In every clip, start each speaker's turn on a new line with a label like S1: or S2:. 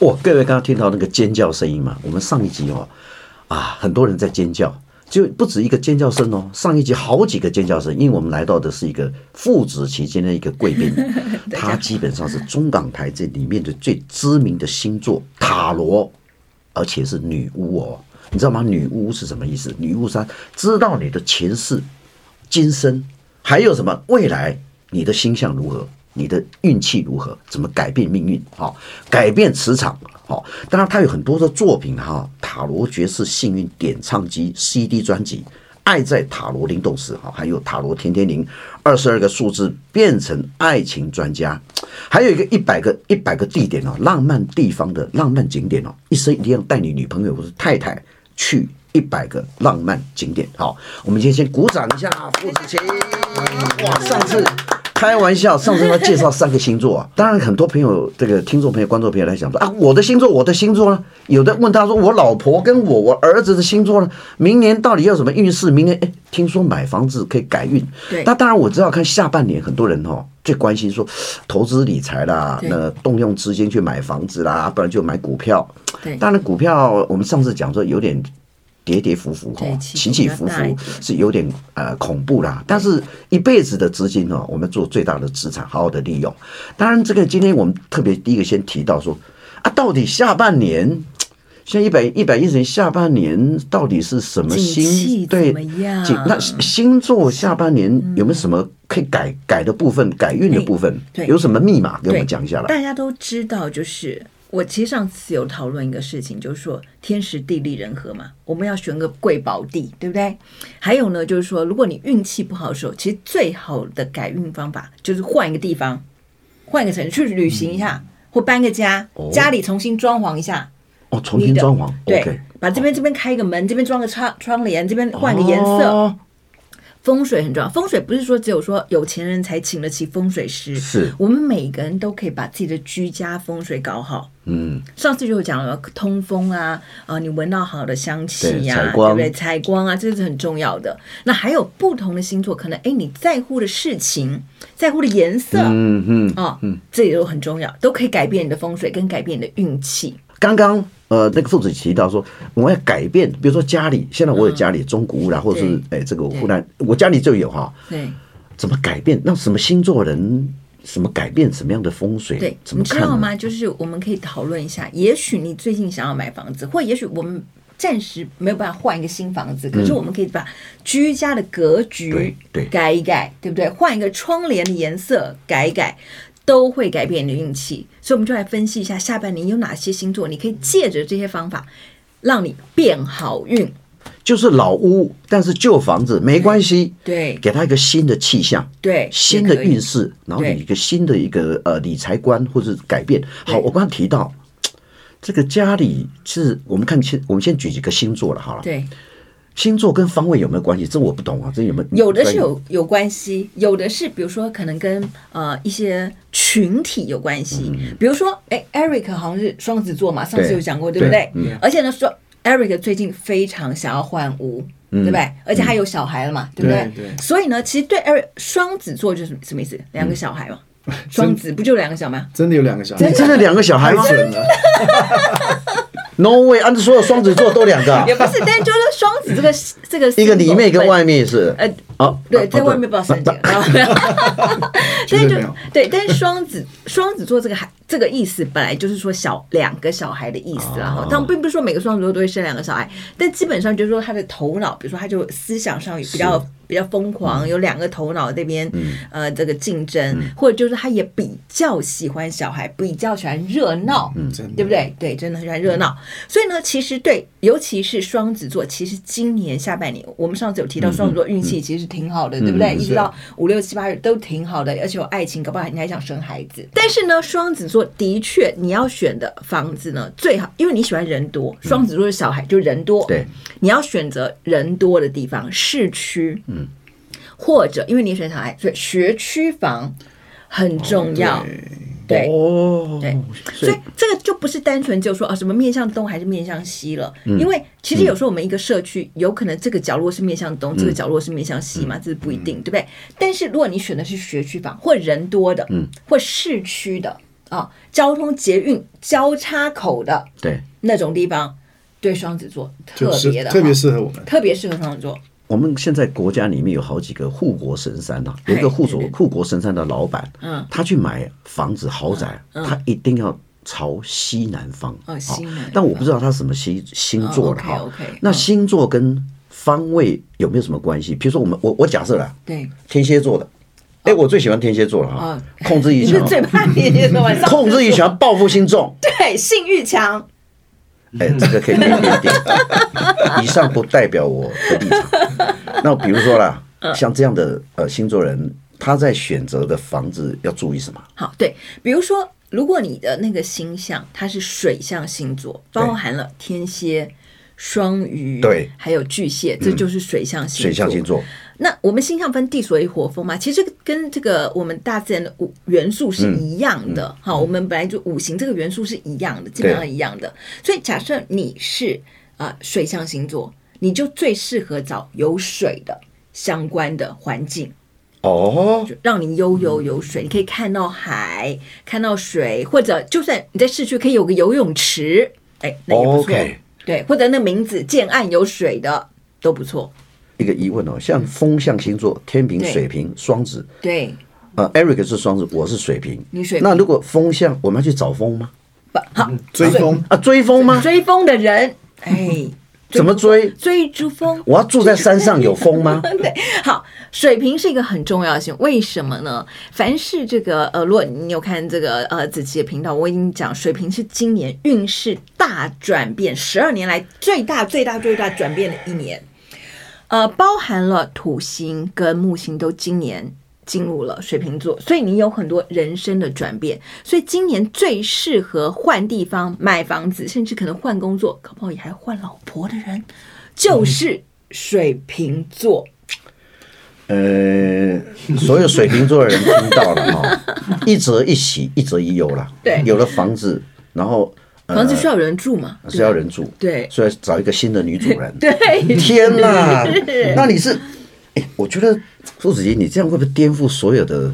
S1: 哇，各位刚刚听到那个尖叫声音嘛？我们上一集哦，啊，很多人在尖叫，就不止一个尖叫声哦。上一集好几个尖叫声，因为我们来到的是一个父子期间的一个贵宾，他基本上是中港台这里面的最知名的星座塔罗，而且是女巫哦。你知道吗？女巫是什么意思？女巫是知道你的前世、今生，还有什么未来，你的星象如何，你的运气如何，怎么改变命运，好、改变磁场，好、当然，他有很多的作品哈、塔罗爵士幸运点唱机 CD 专辑。爱在塔罗灵动时，哈，还有塔罗天天灵，二十二个数字变成爱情专家，还有一个一百个一百个地点哦，浪漫地方的浪漫景点哦，一生一定要带你女朋友或者太太去一百个浪漫景点。好，我们先先鼓掌一下，父子情。哇，上次开玩笑，上次要介绍三个星座啊，当然很多朋友这个听众朋友、观众朋友来讲说啊，我的星座，我的星座呢？有的问他说，我老婆跟我我儿子的星座呢，明年到底要什么运势？明年哎，听说买房子可以改运。
S2: 对
S1: 那当然我知道，看下半年很多人哦。最关心说投资理财啦，
S2: 对
S1: 那动用资金去买房子啦，不然就买股票。
S2: 对
S1: 当然股票我们上次讲说有点跌跌伏伏哈
S2: 对，起
S1: 起起
S2: 伏比较
S1: 伏
S2: 大一
S1: 伏
S2: 点
S1: 是有点呃恐怖啦。但是一辈子的资金呢、哦，我们做最大的资产，好好的利用。当然，这个今天我们特别第一个先提到说啊，到底下半年。像一百一百一十年下半年到底是什么
S2: 景
S1: 星
S2: 气
S1: 对
S2: 怎么样嗯
S1: 景那星座下半年有没有什么可以改改的部分、改运的部分？
S2: 对
S1: 有什么密码给我
S2: 对，
S1: 们讲一下来？
S2: 大家都知道，就是我其实上次有讨论一个事情，就是说天时地利人和嘛，我们要选个贵宝地，对不对？还有呢，就是说，如果你运气不好的时候，其实最好的改运方法就是换一个地方，换一个城市去旅行一下，或搬个家
S1: 嗯哦，
S2: 家里重新装潢一下。
S1: 哦，重新
S2: 你的
S1: 装潢
S2: 对
S1: ，OK，，
S2: 把这边这边开一个门，这边装个窗窗帘，这边换个颜色，
S1: 哦
S2: 风水很重要。风水不是说只有说有钱人才请得起风水师，
S1: 是
S2: 我们每个人都可以把自己的居家风水搞好。
S1: 嗯，
S2: 上次就有讲了通风啊，啊、你闻到好的香气呀、
S1: 对采
S2: 对
S1: 光
S2: 不对？采光啊，这是很重要的。那还有不同的星座，可能哎你在乎的事情，在乎的颜色，嗯嗯，哦，这也都很重要，都可以改变你的风水跟改变你的运气。
S1: 刚刚呃，那个父子提到说，我们要改变，比如说家里，现在我有家里中古屋啦，或者是哎，这个我忽然我家里就有哈，
S2: 对
S1: 怎么改变？那什么星座人，什么改变什么样的风水？
S2: 对，
S1: 怎
S2: 你
S1: 么
S2: 知
S1: 看
S2: 道
S1: 呢？
S2: 吗？就是我们可以讨论一下，也许你最近想要买房子，或也许我们。暂时没有办法换一个新房子，可是我们可以把居家的格局
S1: 嗯对对
S2: 改一改，对不对？换一个窗帘的颜色改一改，都会改变你的运气。所以我们就来分析一下下半年有哪些星座，你可以借着这些方法，让你变好运。
S1: 就是老屋，但是旧房子没关系，
S2: 对
S1: 给他一个新的气象，
S2: 对，
S1: 新
S2: 也
S1: 的
S2: 可以
S1: 运势，然后
S2: 对
S1: 你一个新的一个呃理财观或者改变。好，
S2: 对
S1: 我刚刚提到这个家里是我们看先，我们先举几个星座了，好了，
S2: 对。
S1: 星座跟方位有没有关系？这我不懂啊，这有没有？
S2: 有的是有有关系，有的是比如说可能跟呃一些群体有关系，比如说哎，Eric 好像是双子座嘛，上次
S1: 嗯对
S2: 有讲过，对不对
S1: 对？嗯
S2: 而且呢，说 Eric 最近非常想要换屋。
S1: 嗯
S2: 对不对？而且他有小孩了嘛，对不
S3: 对对
S2: 所以呢，其实对 Eric 双子座就是什么意思？两
S1: 嗯
S2: 个小孩 嘛，双子不就两个小孩吗？
S3: 真的有两个小
S1: 你
S3: 孩，
S1: 真的两个小孩
S3: 太
S1: 吗
S3: 准了，
S1: ？No way！按照所有双子座都两个啊，
S2: 也不是，但就是双子这 个这个
S1: 一个里面一
S2: 跟
S1: 个外面是。
S2: 呃，
S1: 哦，
S2: 对，
S1: 啊
S2: 在外面不知道生几个，然后但
S3: 绝
S2: 是
S3: 对没
S2: 就
S3: 有
S2: 对，但是双子双子座这个孩这个意思本来就是说小两个小孩的意思啦哈
S1: 哦，
S2: 但并不是说每个双子座都会生两个小孩，但基本上就是说他的头脑，比如说他就思想上比较比较疯狂，有两个头脑这边呃这个竞争，或者就是他也比较喜欢小孩，比较喜欢热闹，
S3: 真的
S2: 对不对？对，真的很喜欢热闹。所以呢，其实对，尤其是双子座，其实今年下半年，我们上次有提到双子座运气其实挺好的，对不对？一直到五六七八月都挺好的，而且有爱情，搞不好你还想生孩子。但是呢，双子座的确你要选的房子呢，最好因为你喜欢人多，双子座的小孩就人多，
S1: 对，
S2: 你要选择人多的地方，市区，嗯，或者因为你选小孩，所以学区房很重要，对。
S1: 哦，
S2: 对，
S1: 所
S2: 所以
S1: 以
S2: 这个就不是单纯就说啊什么面向东还是面向西了，因为其实有时候我们一个社区有可能这个角落是面向东，这个角落是面向西嘛，这是不一定，对不对？但是如果你选的是学区房或人多的，嗯，或市区的。啊，交通捷运交叉口的
S1: 对，
S2: 那种地方，对双子座特
S3: 就是
S2: 别的好，
S3: 特别适合我们。
S2: 特别适合双子座。
S1: 我们现在国家里面有好几个护国神山呐、啊有一个护
S2: 对
S1: 国
S2: 对
S1: 护国神山的老板，
S2: 嗯，
S1: 他去买房子豪宅，他一定要朝西南方。
S2: 哦
S1: 好
S2: 西南方
S1: 但我不知道他什么星星座了哈、
S2: 哦，OK，OK，
S1: 那
S2: 嗯
S1: 星座跟方位有没有什么关系？比如说我们我我假设了
S2: 对，
S1: 天蝎座的，哎、我最喜欢天蝎座了哈、
S2: 哦
S1: 控制
S2: 你
S1: 欲
S2: 是
S1: 强，
S2: 最怕你你的晚 上
S1: 控制欲强，报复心重。
S2: 对性欲强，
S1: 哎，这个可以点点 点。以上不代表我的立场。那比如说啦，
S2: 嗯
S1: 像这样的呃星座人，他在选择的房子要注意什么？
S2: 好，对，比如说，如果你的那个星象它是水象星座，
S1: 对
S2: 包含了天蝎、双鱼，
S1: 对嗯
S2: 还有巨蟹，这就是水象星座。
S1: 水象星。座，
S2: 那我们星象分地、水、火、风嘛，其实这个跟这个我们大自然的五元素是一样
S1: 嗯
S2: 的。好，我们本来就五行这个元素是一样的，基本上一样的。所以假设你是啊、呃水象星座，你就最适合找有水的相关的环境。
S1: 哦，
S2: 就让你悠游有水，你可以看到海，看到水，或者就算你在市区可以有个游泳池，哎，那也不错。
S1: 哦 OK
S2: 对，或者那名字建案有水的都不错。
S1: 一个疑问哦，像风象星座，天平、
S2: 对
S1: 水瓶、双子，
S2: 对，
S1: 呃，Eric 是双子，我是水瓶。
S2: 你水瓶
S1: 那如果风象，我们要去找风吗？
S2: 不好，
S3: 追风，
S1: 啊，追风吗？
S2: 追风的人，哎，
S1: 怎么追？
S2: 追逐风。
S1: 我要住在山上有风吗？
S2: 对，好，水瓶是一个很重要性，为什么呢？凡是这个呃，如果你有看这个呃子琪的频道，我已经讲水瓶是今年运势大转变，十二年来最大最大最大转变的一年，呃，包含了土星跟木星都今年。进入了水瓶座，所以你有很多人生的转变，所以今年最适合换地方、买房子，甚至可能换工作，搞不好也还换老婆的人，就是水瓶座。
S1: 呃，所有水瓶座的人听到了哈、 一则一喜，一则一忧啦。
S2: 对
S1: 有了房子，然后、呃、
S2: 房子需要有人住嘛？对
S1: 是要人住，
S2: 对
S1: 所以找一个新的女主人。
S2: 对，
S1: 天哪，那你是，哎，我觉得傅子怡，你这样会不会颠覆所有的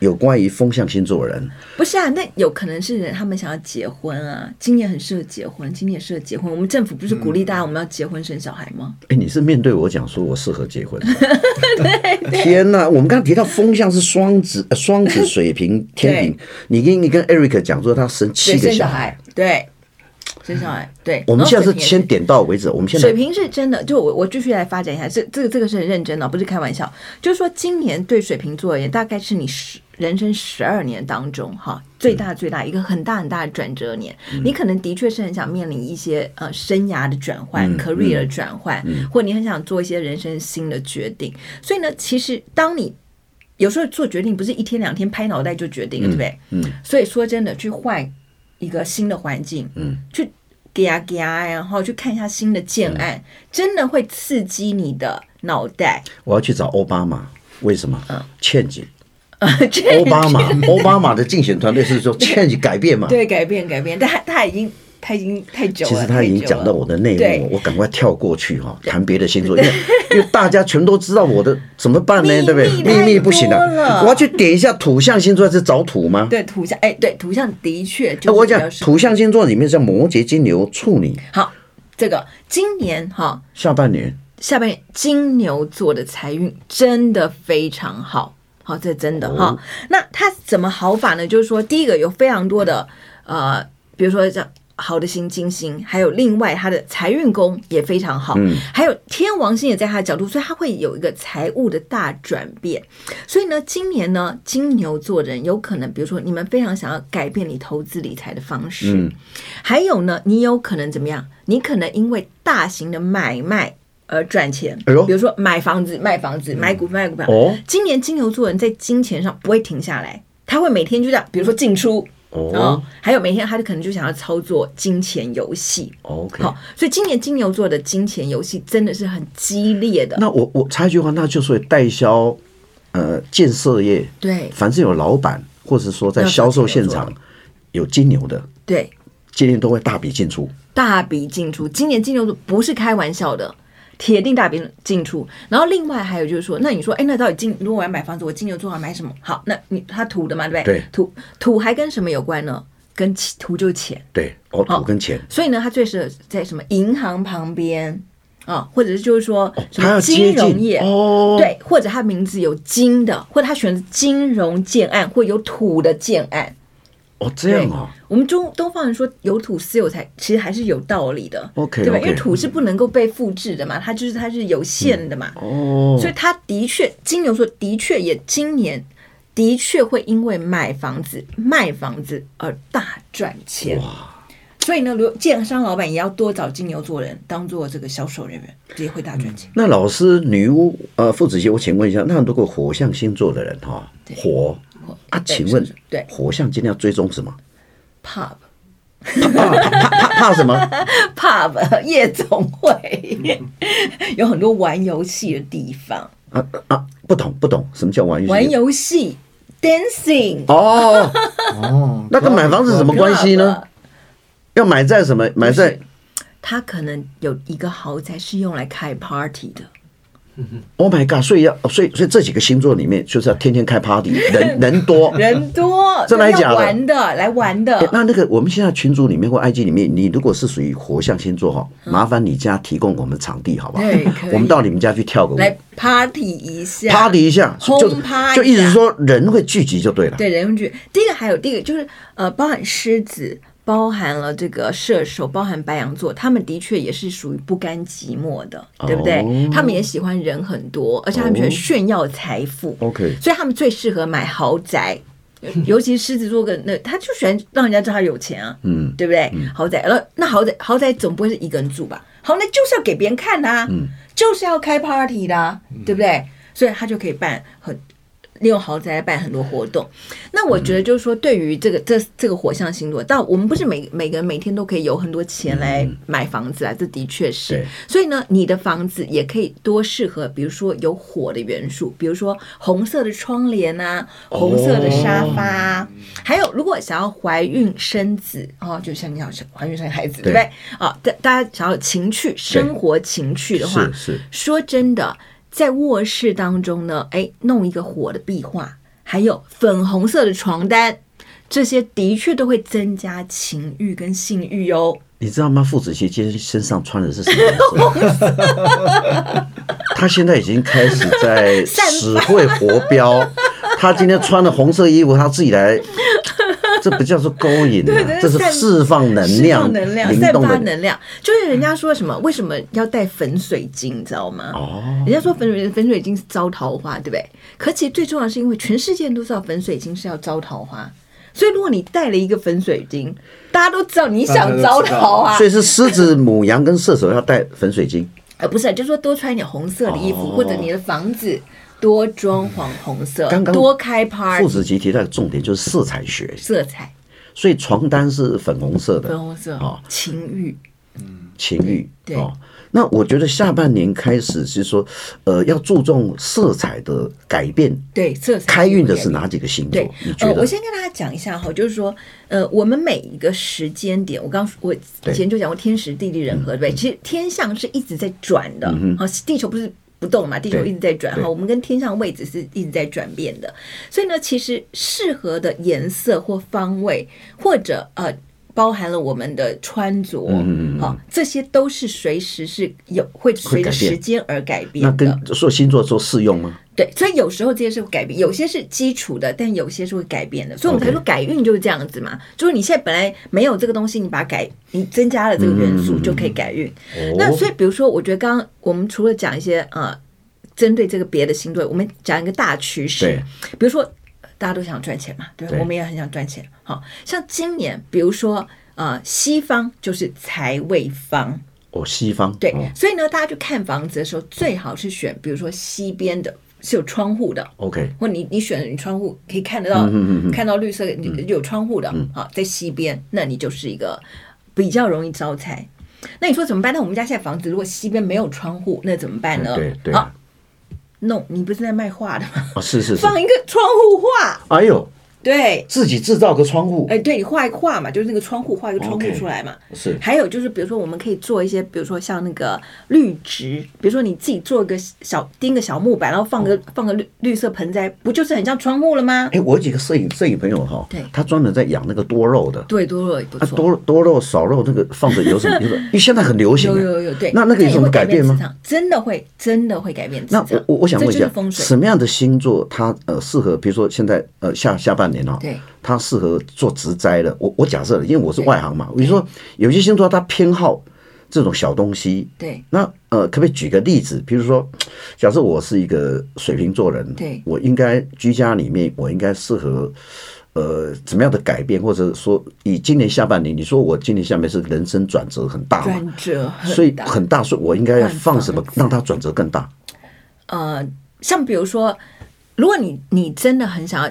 S1: 有关于风象星座的人？
S2: 不是啊，那有可能是人他们想要结婚啊，今年很适合结婚，今年适合结婚。我们政府不是鼓励大
S1: 嗯
S2: 家我们要结婚生小孩吗？
S1: 哎，你是面对我讲说我适合结 婚吗？天哪，我们刚刚提到风象是双子、呃双子、水 瓶、天平，你跟你跟 Eric 讲说他生七
S2: 对，
S1: 个
S2: 生
S1: 小
S2: 小
S1: 孩
S2: 孩。，对，生小孩，对。
S1: 我们
S2: 然后
S1: 现在是
S2: 水瓶也
S1: 先点到为止，我们现在
S2: 水瓶是真的，就我我继续来发展一下，这这个这个是很认真的，不是开玩笑。就是说，今年对水瓶座而言，大概是你十人生十二年当中哈最大最大一个很大很大的转折年。
S1: 嗯
S2: 你可能的确是很想面临一些呃生涯的转换、career
S1: 嗯
S2: 的转换，或你很想做一些人生新的决定。所以呢，其实当你有时候做决定不是一天两天拍脑袋就决定了，对不对？
S1: 嗯，
S2: 所以说真的去换一个新的环境，嗯，去给啊给啊，然后去看一下新的建案，
S1: 嗯
S2: 真的会刺激你的脑袋。
S1: 我要去找奥巴马，为什么？
S2: 嗯
S1: 欠景。
S2: 这
S1: 奥巴马，奥巴马的竞选团队是说欠景改变嘛？
S2: 对改变改变，但他他已经他已经太久了，
S1: 其实他已经
S2: 太久
S1: 讲
S2: 了
S1: 到我的内
S2: 对
S1: 幕，我赶快跳过去哈，谈别的星座，因 为因为大家全都知道我的，怎么办呢？
S2: 秘密
S1: 对不对？
S2: 太多
S1: 秘密不行
S2: 了
S1: 啊，我要去点一下土象星座是找土吗？
S2: 对图像，哎，对图像的确
S1: 哎，
S2: 就
S1: 我
S2: 是比较
S1: 讲
S2: 适合、
S1: 土象星座里面像摩羯、金牛、处女，
S2: 好。这个今年哈
S1: 下半年
S2: 下半年金牛座的财运真的非常好，好，这真的哈、
S1: 哦
S2: 那它怎么好法呢？就是说，第一个有非常多的呃，比如说像好的星金星，还有另外它的财运宫也非常好，还有天王星也在它的角度，所以它会有一个财务的大转变。所以呢，今年呢，金牛座的人有可能，比如说你们非常想要改变你投资理财的方式，
S1: 嗯
S2: 还有呢，你有可能怎么样？你可能因为大型的买卖而赚钱，
S1: 哎呦
S2: 比如说买房子、卖房子、买股票、卖股票。
S1: 哦
S2: 今年金牛座人在金钱上不会停下来，他会每天就这样，比如说进出。
S1: 哦
S2: 还有每天他就可能就想要操作金钱游戏，
S1: ，OK
S2: 好。，所以今年金牛座的金钱游戏真的是很激烈的，
S1: 那我我插一句话，那就是代销，呃，建设业，
S2: 对
S1: 凡是有老板或者说在
S2: 要
S1: 销售
S2: 做金
S1: 现
S2: 牛座
S1: 场有金牛的，
S2: 对，
S1: 今年都会大笔进出。
S2: 大笔进出。今年金牛座不是开玩笑的，铁定大兵进出。然后另外还有就是说，那你说，哎，那到底金如果我要买房子，我金牛座要买什么？好，那你它土的嘛，对不对？
S1: 对
S2: 土土还跟什么有关呢？跟钱土就是钱，
S1: 对，哦，
S2: 哦
S1: 土跟钱，
S2: 所以呢，它最适合在什么银行旁边啊、或者是就是说什
S1: 它
S2: 么
S1: 哦要
S2: 金
S1: 接
S2: 融业
S1: 近哦，，
S2: 对，或者他名字有金的，或者他选的金融建案，或有土的建案。
S1: 哦，这样哦，
S2: 我们中东方人说有土私有财，其实还是有道理的
S1: OK，
S2: 对吧
S1: OK
S2: 因为土是不能够被复制的嘛，它就是它是有限的嘛，
S1: 哦，
S2: 所以他的确金牛座的确也今年的确会因为买房子、卖房子而大赚钱。所以呢，如建商老板也要多找金牛座人当做这个销售人员，也会大赚钱。
S1: 那老师，女巫呃，傅子杰，我请问一下，那如果火象星座的人哈，火啊，
S2: 对
S1: 请问
S2: 是对
S1: 火象今天要追踪什么？
S2: pub
S1: 怕怕怕怕什么？
S2: pub 夜总会， 有很多玩游戏的地方，
S1: 啊啊，不懂不懂，什么叫玩游戏？
S2: 玩游戏 dancing
S1: 哦，
S3: 哦，
S1: 那跟买房子什么关系呢
S2: club？
S1: 要买在什么？买在
S2: 他可能有一个豪宅是用来开 party 的，
S1: Oh my God！所以要，所以所以这几个星座里面，就是要天天开 party，人人多。
S2: 人多，
S1: 真的还
S2: 要
S1: 假的
S2: 玩的，来玩的
S1: 诶。那那个我们现在群组里面或 IG 里面，你如果是属于火象星座哈，麻烦你家提供我们场地好不好
S2: 嗯对可以？
S1: 我们到你们家去跳个舞
S2: 来 party 一下
S1: party 一下，
S2: 轰
S1: 就
S2: 趴一下
S1: 就意思说人会聚集就对了。
S2: 对人用剧。第一个还有第一个就是呃，包含狮子，包含了这个射手，包含白羊座，他们的确也是属于不甘寂寞的，对不对？
S1: 哦
S2: 他们也喜欢人很多，而且他们喜欢炫耀财富。
S1: OK
S2: 所以他们最适合买豪宅。尤其狮子座跟那，他就喜欢让人家知道他有钱啊，嗯，对不对？豪宅，然后那豪宅，豪宅总不会是一个人住吧？豪宅就是要给别人看的、啊，嗯，就是要开 party 的、啊，对不对？所以他就可以办很利用豪宅来办很多活动。那我觉得就是说，对于这个这这个火象星座，但我们不是每每个人每天都可以有很多钱来买房子啊，这的确是
S1: 对。
S2: 所以呢，你的房子也可以多适合，比如说有火的元素，比如说红色的窗帘啊，红色的沙发、啊，
S1: 嗯
S2: 还有如果想要怀孕生子哦，就像你要怀孕生孩子，对不对
S1: 对？
S2: 啊，大大家想要情趣生活情趣的话，
S1: 是是
S2: 说真的，在卧室当中呢，哎，弄一个火的壁画，还有粉红色的床单，这些的确都会增加情欲跟性欲哦。
S1: 你知道吗？傅子杰今天身上穿的是什么颜 色？他现在已经开始在死会活标。 他今天穿的红色衣服，他自己来，这不叫做勾引
S2: 对
S1: 啊
S2: 对，
S1: 这是
S2: 散
S1: 释放能
S2: 释
S1: 量、
S2: 放能量，
S1: 灵
S2: 散
S1: 动
S2: 发
S1: 的。
S2: 能量，就是人家说什么为什么要带粉水晶，你知道吗？
S1: 哦，
S2: 人家说粉水粉水晶是招桃花，对不对？可其实最重要的是，因为全世界人都知道粉水晶是要招桃花，所以如果你带了一个粉水晶，大家都知道你
S3: 大家
S2: 想
S3: 都
S2: 招
S3: 知道
S2: 桃花，
S1: 所以是狮子、母羊跟射手要带粉水晶。
S2: 呃，不是，就是说多穿一点红色的衣服，
S1: 哦
S2: 或者你的房子多装潢红色，
S1: 刚刚
S2: 多开
S1: 傅
S2: party
S1: 子杰提到的重点就是色彩学，
S2: 色彩，
S1: 所以床单是粉红色的，
S2: 粉红色，
S1: 哦
S2: 情欲，
S1: 情欲
S2: 对
S1: 哦。那我觉得下半年开始是说，呃，要注重色彩的改变。
S2: 对色彩。
S1: 开运的是？哪几个星座
S2: 对？
S1: 你，觉
S2: 呃，我
S1: 得？
S2: 先跟大家讲一下哈，就是说，呃，我们每一个时间点，我刚我以前就讲过天时地利人和，
S1: 嗯
S2: 对不对？其实天象是一直在转的，好、地球不是不动嘛，地球
S1: 对
S2: 一直在转
S1: 对
S2: 哈，我们跟天象位置是一直在转变的，所以呢，其实适合的颜色或方位，或者呃。包含了我们的穿着，
S1: 嗯
S2: 好、这些都是随时是有会随着
S1: 改变
S2: 时间而改变
S1: 那
S2: 的。
S1: 跟所有星座做适用吗？
S2: 对，所以有时候这些是会改变，有些是基础的，但有些是会改变的。所以我们才说改运就是这样子嘛，就是你现在本来没有这个东西，你把它改，你增加了这个元
S1: 嗯
S2: 素就可以改运。
S1: 哦
S2: 那所以比如说，我觉得刚刚我们除了讲一些呃，针对这个别的星座，我们讲一个大趋势
S1: 对，
S2: 比如说大家都想赚钱嘛，对吧，
S1: 对
S2: 我们也很想赚钱。好像今年，比如说呃，西方就是财位方。
S1: 哦，西方
S2: 对，
S1: 哦
S2: 所以呢，大家去看房子的时候，最好是选，比如说西边的是有窗户的，
S1: ，OK，
S2: 或你你选你窗户可以看得到，
S1: 嗯
S2: 看到绿色你有窗户的，好在西边，那你就是一个比较容易招财。那你说怎么办？那我们家现在房子如果西边没有窗户，那怎么办呢？啊
S1: 对对，
S2: 好
S1: 哦，
S2: 弄、你不是在卖画的吗？
S1: 是是是，
S2: 放一个窗户画，
S1: 哎呦，
S2: 对，
S1: 自己制造个窗户，
S2: 哎，对你画一画嘛，就是那个窗户画一个窗户
S1: OK
S2: 出来嘛。
S1: 是
S2: 还有就是，比如说我们可以做一些，比如说像那个绿植，比如说你自己做一个小钉个小木板，然后放个、放个绿绿色盆栽，不就是很像窗户了吗？
S1: 哦哎，我有几个摄影摄影朋友哈
S2: 对，
S1: 他专门在养那个多肉的，
S2: 对，多肉也不
S1: 啊，
S2: 错。
S1: 多多肉少肉那个放着有什么？有什么因为现在很流行
S2: 有
S1: 啊，
S2: 有有，对，
S1: 那那个有什么改变吗
S2: 这也会改变市？场？真的会，真的会改变市
S1: 那
S2: 场。
S1: 我我我想问一
S2: 这就
S1: 下
S2: 是风，水
S1: 什么样的星座它呃适合？比如说现在呃下下半年哦，
S2: 对，
S1: 它适合做植栽的。我我假设了，因为我是
S2: 对
S1: 外行嘛，比如说有些星座它偏好这种小东西。
S2: 对
S1: 那呃，可不可以举个例子？比如说，假设我是一个水瓶座人，
S2: 对
S1: 我应该居家里面，我应该适合呃怎么样的改变，或者说以今年下半年，你说我今年下半年是人生转折很大嘛，
S2: 转折很大，
S1: 所以很大，所以我应该要
S2: 换
S1: 放什么
S2: 方向
S1: 让它转折更大？
S2: 呃，像比如说，如果你你真的很想要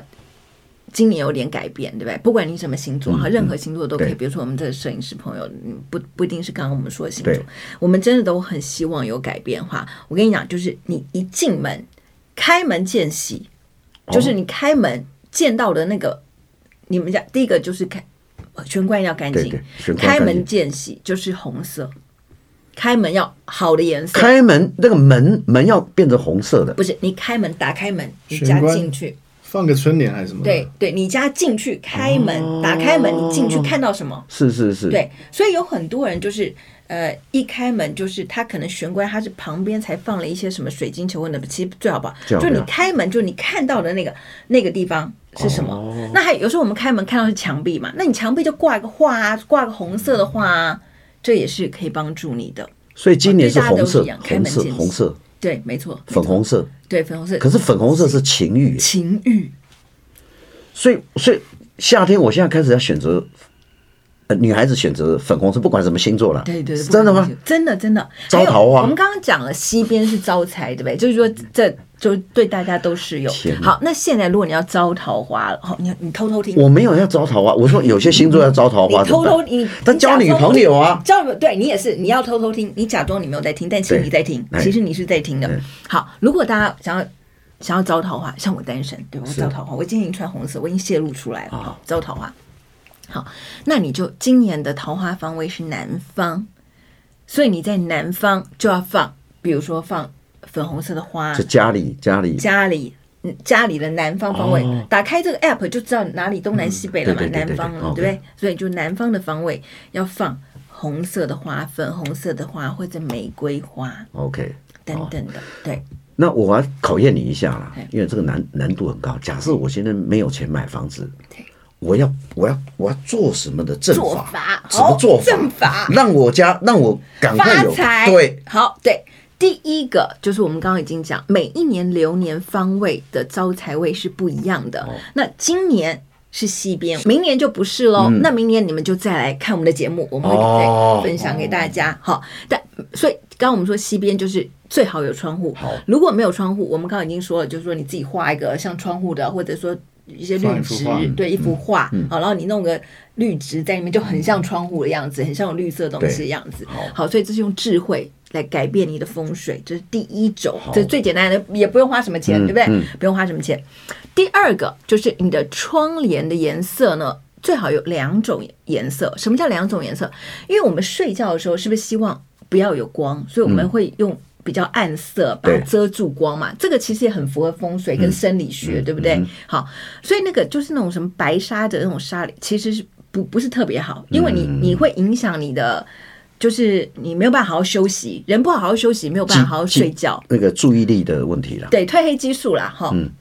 S2: 今年有点改变，对不对？不管你什么星座哈，任何星座都可以。
S1: 嗯对
S2: 比如说我们的摄影师朋友，嗯不不一定是刚刚我们说的星座
S1: 对，
S2: 我们真的都很希望有改变的话，我跟你讲，就是你一进门，开门见喜，
S1: 哦
S2: 就是你开门见到的那个，你们家第一个就是开呃玄关要干净
S1: 对对玄，关
S2: 开
S1: 干
S2: 门
S1: 净
S2: 见喜就是红色，开门要好的颜色。
S1: 开门那个门门要变成红色的，
S2: 不是你开门打开门，你
S3: 玄
S2: 家
S3: 关
S2: 进去，
S3: 放个春联还是什
S1: 嗯
S3: 么？
S2: 对，对，你家进去开门、
S1: 哦
S2: 打开门，你进去看到什么？
S1: 是是是，
S2: 对，所以有很多人就是呃，一开门就是他可能玄关，他是旁边才放了一些什么水晶球或者其实最好吧，
S1: 最好
S2: 就
S1: 不
S2: 你
S1: 要
S2: 开门就你看到的那个那个地方是什么？
S1: 哦
S2: 那还有时候我们开门看到是墙壁嘛，那你墙壁就挂一个画啊，挂个红色的画啊，这也是可以帮助你的。
S1: 所以今年是红色
S2: 对大家都是一样、开
S1: 红
S2: 门
S1: 色
S2: 见、山
S1: 红色、
S2: 对，没错，没
S1: 粉
S2: 错
S1: 红色。
S2: 对粉红色，
S1: 可是粉红色是情欲，
S2: 情欲
S1: 所以所以夏天我现在开始要选择，呃，女孩子选择粉红色，不管什么星座了，
S2: 对对，对
S1: 是真的？吗
S2: 不可？能真的真的。
S1: 招
S2: 还有
S1: 桃花
S2: 我们刚刚讲了西边是招财，对不对？就是说这就对大家都适用
S1: 天。哪
S2: 好，那现在如果你要招桃花了，哦，你你偷偷听，
S1: 我没有要招桃花，我说有些星座要招桃
S2: 你
S1: 花，
S2: 偷偷你
S1: 他交女朋友啊，
S2: 你假装交对你也是，你要偷偷听，你假装你没有在听，但其实
S1: 对
S2: 你在听，
S1: 哎
S2: 其实你是在听的
S1: 哎。
S2: 好，如果大家想要。想要招桃花，像我单身，对吧我
S1: 是啊
S2: 招桃花，我今天已经穿红色，我已经泄露出来了，好招桃花。好，那你就今年的桃花方位是南方，所以你在南方就要放，比如说放粉红色的花，
S1: 就家里家里
S2: 家里。嗯家里的南方方位，
S1: 哦
S2: 打开这个 app 就知道哪里东南西北了
S1: 嗯
S2: 嘛，
S1: 对对对
S2: 南方了，对
S1: 对对
S2: 不对？所以就南方的方位要放红色的花、粉红色的花或者玫瑰花
S1: OK。
S2: 等等的，对
S1: 那我要考验你一下啦
S2: 哎，
S1: 因为这个难难度很高。假设我现在没有钱买房子
S2: 对，
S1: 我要我要我要做什么的正
S2: 做
S1: 法哦
S2: 法？
S1: 什么
S2: 好
S1: 做法？
S2: 正法
S1: 让我家让我赶快
S2: 发
S1: 有
S2: 财，
S1: 对，，
S2: 好对。第一个就是我们刚刚已经讲，每一年流年方位的招财位是不一样
S1: 哦
S2: 的。那今年是西边，明年就不是喽。那明年你们就再来看我们的节目，我们会
S1: 嗯哦
S2: 再分享给大家。好，但所以刚刚我们说西边就是最好有窗户
S1: 好，
S2: 如果没有窗户，我们刚刚已经说了，就是说你自己画一个像窗户的，或者说。一些绿
S3: 放一幅
S2: 植
S3: 画，
S1: 嗯
S2: 对，一幅画，好，然后你弄个绿植在里面，就很像窗户的样子，很像有绿色的东西的
S1: 对
S2: 样子。
S1: 好
S2: 好，所以这是用智慧来改变你的风水，这是第一种，
S1: 好嗯
S2: 这是最简单的，也不用花什么钱，对不对？不用花什么钱。第二个就是你的窗帘的颜色呢，最好有两种颜色。什么叫两种颜色？因为我们睡觉的时候是不是希望不要有光，所以我们会用。比较暗色，把它
S1: 嗯对嗯
S2: 遮住光嘛，这个其实也很符合风水跟生理学，对不对？好，所以那个就是那种什么白纱的那种纱，其实是不不是特别好，因为你
S1: 嗯
S2: 你会影响你的，就是你没有办法好好休息，人不好好休息，没有办法好好
S1: 记
S2: 睡觉，
S1: 那个注意力的问题了。
S2: 对，褪黑激素啦，哈。
S1: 嗯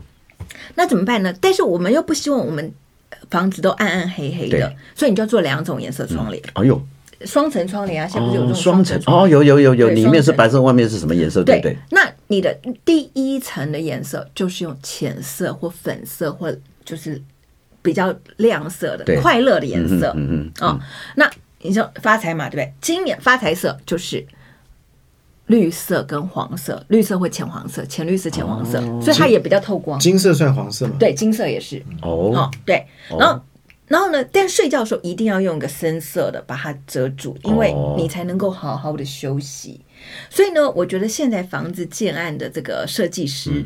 S2: 那怎么办呢？但是我们又不希望我们呃房子都暗暗黑黑的
S1: 对，
S2: 所以你就要做两种颜色窗帘，
S1: 哎呦，
S2: 双层窗帘啊，现在不是有这
S1: 哦，
S2: 种
S1: 双
S2: 层
S1: 层
S2: 窗
S1: 哦，有有有有，
S2: 对
S1: 里
S2: 双
S1: 面是
S2: 层
S1: 白色，外面是什么颜色？对
S2: 对
S1: 不对，
S2: 那你的第一层的颜色就是用浅色或粉色或就是比较亮色
S1: 对
S2: 的快乐的颜色，
S1: 嗯
S2: 啊、那你说发财嘛，对不对？今年发财色就是绿色跟黄色，绿色或浅黄色，浅绿色、浅黄色，所以它也比较透光。
S3: 金色算黄色吗？
S2: 对，金色也是，
S1: 哦
S2: 哦，，对，然后。然后呢？但睡觉的时候一定要用一个深色的把它遮住，因为
S1: 哦
S2: 你才能够好好的休息。所以呢，我觉得现在房子建案的这个设计师，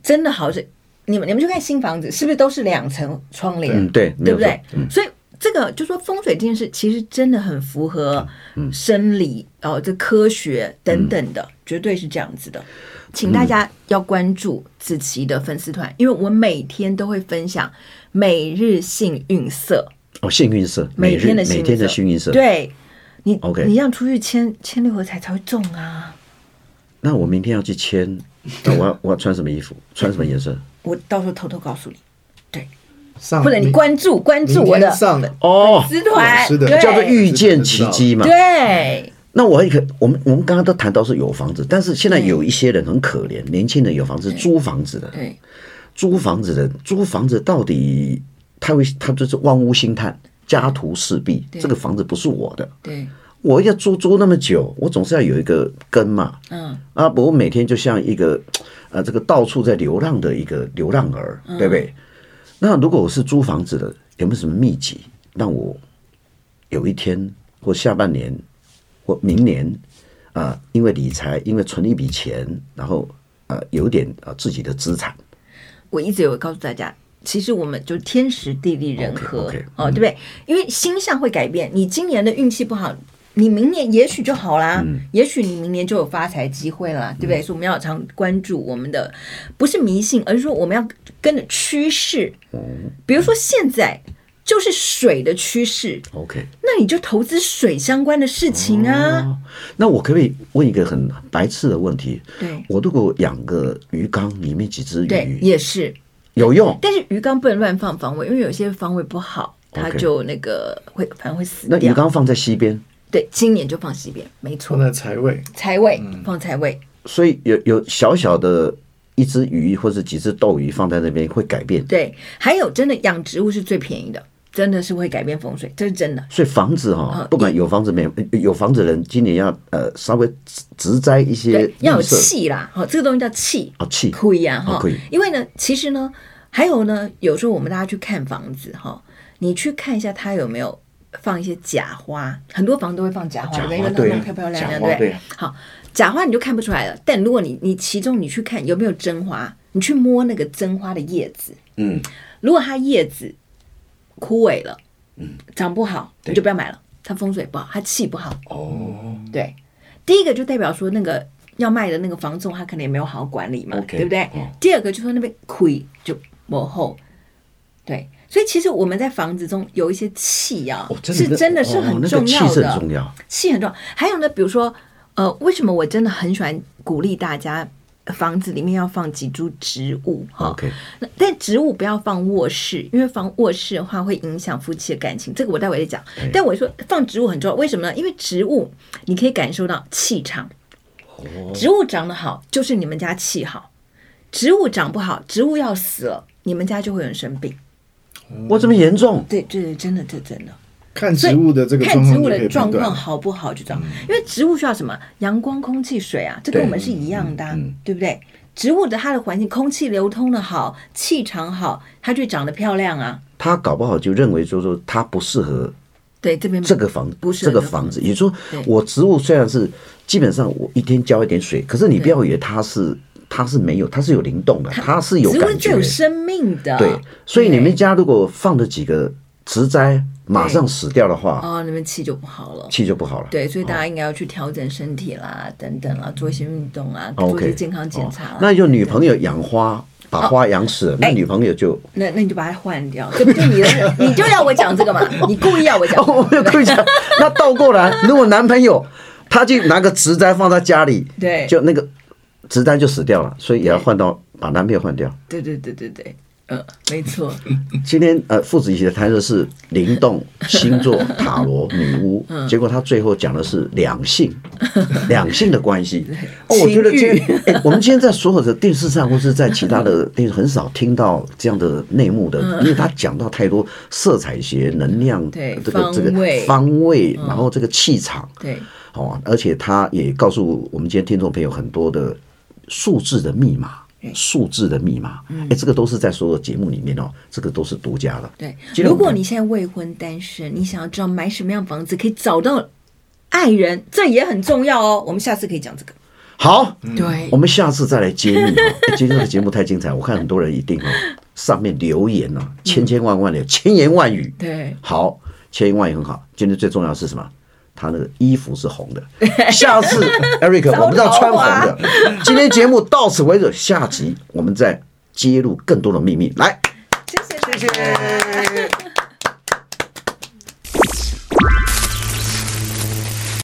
S2: 真的好是你们你们去看新房子，是不是都是两层窗帘？
S1: 嗯对没
S2: 对
S1: 有
S2: 不
S1: 错
S2: 对？所以这个就说风水这件事，其实真的很符合
S1: 嗯
S2: 生理哦，这科学等等的，绝对是这样子的。请大家要关注子琪的粉
S1: 嗯
S2: 丝团，因为我每天都会分享每日幸运色，
S1: 哦，幸运色，
S2: 每
S1: 每
S2: 天
S1: 日
S2: 的
S1: 每天的幸运色。，
S2: 对你
S1: OK
S2: 你让出去签签六合彩才会中啊！
S1: 那我明天要去 签，那我要我要穿什么衣服？穿什么颜色？
S2: 我到时候偷偷告诉你，对，
S3: 上
S2: 或者你
S3: 啊明
S2: 关注关注
S3: 明
S2: 我
S3: 天
S2: 的
S3: 上
S1: 哦
S2: 粉丝团，
S3: 是的
S2: 对
S1: 叫做遇见奇迹嘛。
S2: 对。
S1: 那我也可，我们我们刚刚都谈到是有房子，但是现在有一些人很可怜，年轻人有房子租房子的，
S2: 对，
S1: 租房子的租房子到底他会他就是望屋兴叹，家徒四壁，
S2: 对
S1: 这个房子不是我的，
S2: 对，
S1: 我要租租那么久，我总是要有一个根嘛。
S2: 嗯，
S1: 啊，我每天就像一个，呃，这个到处在流浪的一个流浪儿，
S2: 嗯
S1: 对不对？那如果我是租房子的，有没有什么秘籍，让我有一天或下半年或明年啊、因为理财，因为存一笔钱，然后呃，有点呃自己的资产，
S2: 我一直有告诉大家，其实我们就天时地利人和
S1: OK，OK，嗯
S2: 哦，对不对？因为星象会改变，你今年的运气不好。你明年也许就好啦，
S1: 嗯
S2: 也许你明年就有发财机会啦，对不对？所以我们要常关注我们的，不是迷信，而是说我们要跟着趋势。
S1: 哦
S2: 比如说现在就是水的趋势，
S1: OK。
S2: 那你就投资水相关的事情
S1: 哦
S2: 啊。
S1: 那我可不可以问一个很白痴的问题？
S2: 对
S1: 我如果养个鱼缸，里面几只
S2: 对，
S1: 鱼
S2: 也是。
S1: 有用？
S2: 但是鱼缸不能乱放方位，因为有些方位不好，它
S1: OK
S2: 就那个会反正会死
S1: 那
S2: 掉
S1: 鱼。缸嗯放在西边，
S2: 对，今年就放西边，没
S3: 放
S2: 错，
S3: 在财位，
S2: 财位放财位，
S1: 所以有有小小的一只鱼或者几只斗鱼放在那边会改变，
S2: 对，还有真的养植物是最便宜的，真的是会改变风水，这是真的。
S1: 所以房子哈、
S2: 嗯
S1: 不管有房子没有，有房子的人今年要呃稍微植植栽一些
S2: 对，要有
S1: 绿色
S2: 气啦，好，这个东西叫气，
S1: 哦气
S2: 可以啊，
S1: 哦
S2: 哈
S1: 可以，
S2: 因为呢，其实呢，还有呢，有时候我们大家去看房子哈，你去看一下它有没有放一些假花，很多房都会放假花，
S1: 假花
S2: 对不
S1: 对
S2: 对？
S1: 啊
S2: 弄得漂漂亮
S1: 假
S2: 亮，
S1: 花
S2: 对不
S1: 对
S2: 对
S1: 啊？
S2: 好，假花你就看不出来了，但如果你你其中你去看有没有真花，你去摸那个真花的叶子，
S1: 嗯，
S2: 如果它叶子枯萎了，嗯，长不好，你就不要买了，它风水不好，它气不好，
S1: 哦
S2: 对，第一个就代表说那个要卖的那个房仲他可能也没有好好管理嘛
S1: OK，
S2: 对不对？
S1: 哦
S2: 第二个就说那边亏就幕后，对，所以其实我们在房子中有一些气啊，
S1: 哦，真的
S2: 是真的是
S1: 哦
S2: 很
S1: 那
S2: 重
S1: 个
S2: 要
S1: 气是
S2: 的，
S1: 很重要，
S2: 气很重要。还有呢，比如说，呃，为什么我真的很喜欢鼓励大家房子里面要放几株植物哈
S1: OK
S2: 那但植物不要放卧室，因为放卧室的话会影响夫妻的感情。这个我待会再讲。但我说放植物很重要，为什么呢？因为植物你可以感受到气场，植物长得好就是你们家气好，植物长不好，植物要死了，你们家就会有人生病。
S1: 哇这么严重
S2: 对，这是真的，这真的。
S3: 看
S2: 所以
S3: 植物的这个
S2: 看
S3: 状
S2: 植
S3: 况
S2: 物
S3: 就可
S2: 的
S3: 以判
S2: 状况
S3: 断。
S2: 好不好就知道，因为植物需要什么阳光、空气、水啊，这跟我们是一样的、啊，对不对？植物的它的环境，空气流通的好，气场好，它就长得漂亮啊。
S1: 他搞不好就认为说说他不适合
S2: 对，这边
S1: 这个房
S2: 不是
S1: 这个
S2: 很多
S1: 房子，也就是
S2: 对
S1: 说，我植物虽然是基本上我一天浇一点水，可是你不要以为它是它是没有，它是有灵动的，它是有
S2: 植物是
S1: 感
S2: 最
S1: 觉
S2: 有，生命的，
S1: 对。所以你
S2: 对
S1: 们家如果放了几个植栽，马上死掉的话，
S2: 哦，你们气就不好了。
S1: 气就不好了。
S2: 对，所以大家应该要去调整身体啦，等等啦，做一些运动啊，
S1: 哦
S2: 做一些
S1: ，OK，
S2: 健康检查哦哎啦
S1: 哦。那就女朋友养花，把花养死了，那女朋友就
S2: 那那你就把它换掉，对不对？你的你就要我讲这个嘛，你故意要我讲这个，
S1: 我没有故意讲。那倒过来，如果男朋友他去拿个植栽放在家里，
S2: 对
S1: 就那个植栽就死掉了，所以也要换到把男朋友换掉。
S2: 对对对对对，嗯，没错。
S1: 今天呃，父子一起的谈的是灵动、星座、塔罗、女巫，
S2: 嗯
S1: 结果他最后讲的是两 性，两性的关系。哦，我觉得今天、哎我们今天在所有的电视上或是在其他的电视很少听到这样的内幕的，因为他讲到太多色彩学、能量，
S2: 嗯对
S1: 这个这
S2: 方位嗯
S1: 个方位，然后这个气场，
S2: 对，
S1: 哦，而且他也告诉我们今天听众朋友很多的数字的密码。数字的密码，哎、这个都是在所有节目里面哦，这个都是独家的。
S2: 对，
S1: 今天
S2: 如
S1: 我们
S2: 果你现在未婚单身，你想要知道买什么样房子可以找到爱人，这也很重要哦。我们下次可以讲这个。
S1: 好，
S2: 对
S1: 嗯我，们下次再来揭秘啊！今天的节目太精彩，我看很多人一定哦，上面留言啊，千千万万的千言万语。
S2: 对，
S1: 好，千言万语很好。今天最重要的是什么？他那个衣服是红的，下次 Eric 我们要穿红的。今天节目到此为止，下集我们再揭露更多的秘密。来，
S2: 谢谢，谢谢。